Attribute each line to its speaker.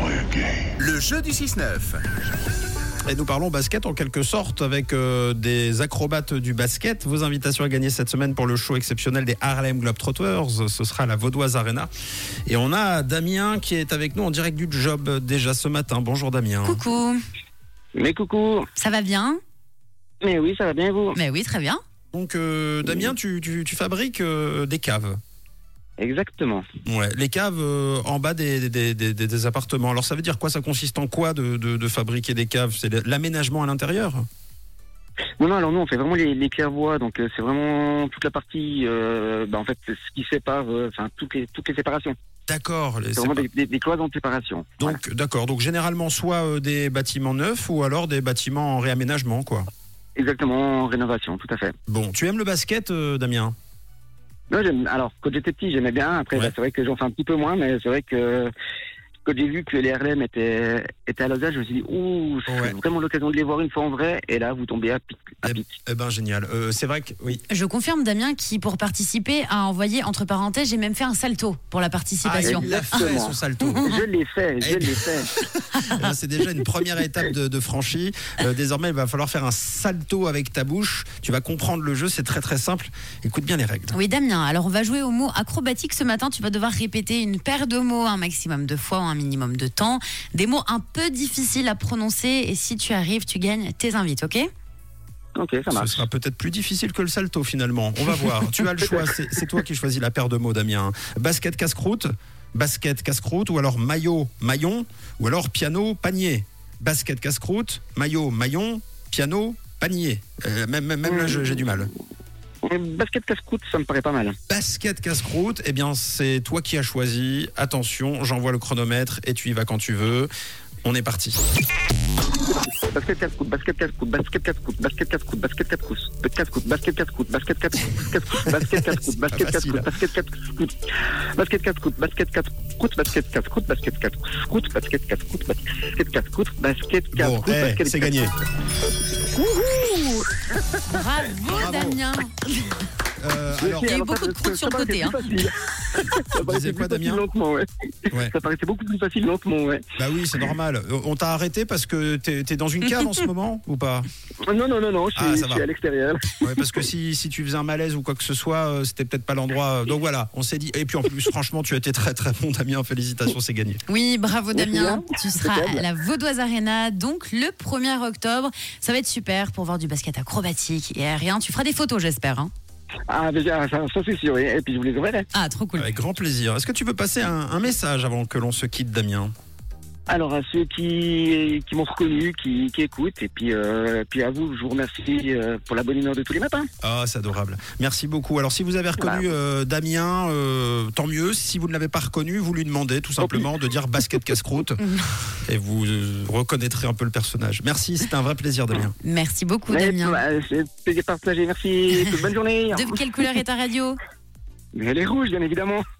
Speaker 1: gagner.
Speaker 2: Le jeu du 6-9.
Speaker 1: Et nous parlons basket en quelque sorte avec euh, des acrobates du basket. Vos invitations à gagner cette semaine pour le show exceptionnel des Harlem Globetrotters. Ce sera à la Vaudoise Arena. Et on a Damien qui est avec nous en direct du job euh, déjà ce matin. Bonjour Damien.
Speaker 3: Coucou,
Speaker 4: Mais coucou
Speaker 3: ça va bien
Speaker 4: Mais oui, ça va bien vous
Speaker 3: Mais oui, très bien.
Speaker 1: Donc euh, Damien, tu, tu- tu fabriques euh, des caves.
Speaker 4: Exactement.
Speaker 1: Ouais, les caves euh, en bas des, des- des- des- des appartements. Alors ça veut dire quoi Ça consiste en quoi de, de- de fabriquer des caves C'est de- l'aménagement à l'intérieur
Speaker 4: Non, non, alors nous, on fait vraiment les, les clairvoies, donc euh, c'est vraiment toute la partie, euh, bah, en fait, c'est ce qui sépare, euh, enfin, toutes, les, toutes les séparations.
Speaker 1: D'accord. les-
Speaker 4: C'est
Speaker 1: c'est
Speaker 4: vraiment
Speaker 1: pas-
Speaker 4: des, des, des cloisons de séparation. Voilà.
Speaker 1: Donc d'accord. Donc généralement soit euh, des bâtiments neufs ou alors des bâtiments en réaménagement quoi.
Speaker 4: Exactement, rénovation, tout à fait.
Speaker 1: Bon, tu aimes le basket euh, Damien
Speaker 4: Non, j'aime- alors, quand j'étais petit, j'aimais bien. Après,
Speaker 1: Ouais.
Speaker 4: bah, c'est vrai que j'en fais un petit peu moins, mais c'est vrai que quand j'ai vu que les RLM étaient, étaient à Lausanne, je me suis dit, ouh, c'est
Speaker 1: Ouais.
Speaker 4: vraiment l'occasion de les voir une fois en vrai. Et là, vous tombez à pic. À pic.
Speaker 1: Eh ben génial. Euh, c'est vrai que oui.
Speaker 3: Je confirme Damien qui, pour participer, a envoyé entre parenthèses, j'ai même fait un salto pour la
Speaker 1: Ah,
Speaker 3: participation.
Speaker 1: il l'a fait
Speaker 4: Exactement.
Speaker 1: son salto.
Speaker 4: Je l'ai fait, je
Speaker 1: Eh
Speaker 4: l'ai fait.
Speaker 1: Eh ben, c'est déjà une première étape de, de franchie. Euh, désormais, il va falloir faire un salto avec ta bouche. Tu vas comprendre le jeu. C'est très très simple. Écoute bien les règles.
Speaker 3: oui, Damien, alors on va jouer au mot acrobatique ce matin. Tu vas devoir répéter une paire de mots un maximum de fois ou un minimum de temps. Des mots un peu difficiles à prononcer et si tu arrives, tu gagnes tes invites, ok
Speaker 4: Ok, ça
Speaker 1: Ce
Speaker 4: marche.
Speaker 1: sera peut-être plus difficile que le salto finalement. On va voir. tu as le choix. C'est c'est toi qui choisis la paire de mots, Damien. Basket casse-croûte, basket casse-croûte, ou alors maillot maillon, ou alors piano panier. Basket casse-croûte, maillot maillon, piano panier. Euh, même même, même là, je- j'ai du mal.
Speaker 4: Basket casse-croûte, ça me paraît pas mal.
Speaker 1: Basket casse-croûte, eh bien c'est toi qui as choisi. Attention, j'envoie le chronomètre et tu y vas quand tu veux. On est parti.
Speaker 4: Basket casse-croûte, basket casse-croûte, basket casse-croûte, basket casse-croûte, basket casse-croûte, casse-croûte, basket casse-croûte, basket casse-croûte, basket casse-croûte, basket casse-croûte, basket casse-croûte, basket casse-croûte, basket casse-croûte, basket casse-croûte, basket casse-croûte, basket casse-croûte, basket casse-croûte, basket
Speaker 1: Bon,
Speaker 4: casse-croûte,
Speaker 1: eh,
Speaker 4: basket
Speaker 1: c'est gagné.
Speaker 3: Bravo, Damien
Speaker 1: Euh, alors,
Speaker 3: Il y a eu beaucoup de croûtes sur le côté, hein.
Speaker 4: Ça paraissait
Speaker 1: quoi,
Speaker 4: plus facile
Speaker 1: Damien
Speaker 4: lentement, ouais.
Speaker 1: Ouais.
Speaker 4: Ça paraissait beaucoup plus facile lentement, ouais.
Speaker 1: bah oui, c'est normal. Euh, On t'a arrêté parce que t'es t'es dans une cave en ce moment ou pas
Speaker 4: Non, non, non, non, je
Speaker 1: Ah,
Speaker 4: suis-
Speaker 1: ça
Speaker 4: je suis
Speaker 1: va.
Speaker 4: à l'extérieur.
Speaker 1: Ouais, parce que si, si tu faisais un malaise ou quoi que ce soit, euh, c'était peut-être pas l'endroit. Donc voilà, on s'est dit. Et puis en plus, franchement, tu as été très très bon, Damien. Félicitations, c'est gagné.
Speaker 3: Oui, bravo
Speaker 4: Merci
Speaker 3: Damien.
Speaker 4: bien.
Speaker 3: Tu seras
Speaker 4: Impeccable.
Speaker 3: à la Vaudoise Arena donc le 1er octobre. Ça va être super pour voir du basket acrobatique et aérien. Tu feras des photos, j'espère. hein.
Speaker 4: Ah, déjà, ça, ça, c'est sûr. Et, et puis, je vous les enverrai.
Speaker 3: ah, trop cool.
Speaker 1: Avec grand plaisir. Est-ce que tu peux passer un, un message avant que l'on se quitte, Damien
Speaker 4: Alors, à ceux qui, qui m'ont reconnu, qui, qui écoutent, et puis, euh, puis à vous, je vous remercie euh, pour la bonne humeur de tous les matins.
Speaker 1: Ah, c'est adorable. Merci beaucoup. Alors, si vous avez reconnu euh, Damien, euh, tant mieux. Si vous ne l'avez pas reconnu, vous lui demandez tout simplement de dire basket casse-croûte et vous euh, reconnaîtrez un peu le personnage. Merci, c'était un vrai plaisir, Damien.
Speaker 3: Merci beaucoup,
Speaker 4: Ouais,
Speaker 3: Damien.
Speaker 4: bah, c'est plaisir partagé. Merci. Bonne journée.
Speaker 3: De quelle couleur est ta radio
Speaker 4: Elle est rouge, bien évidemment.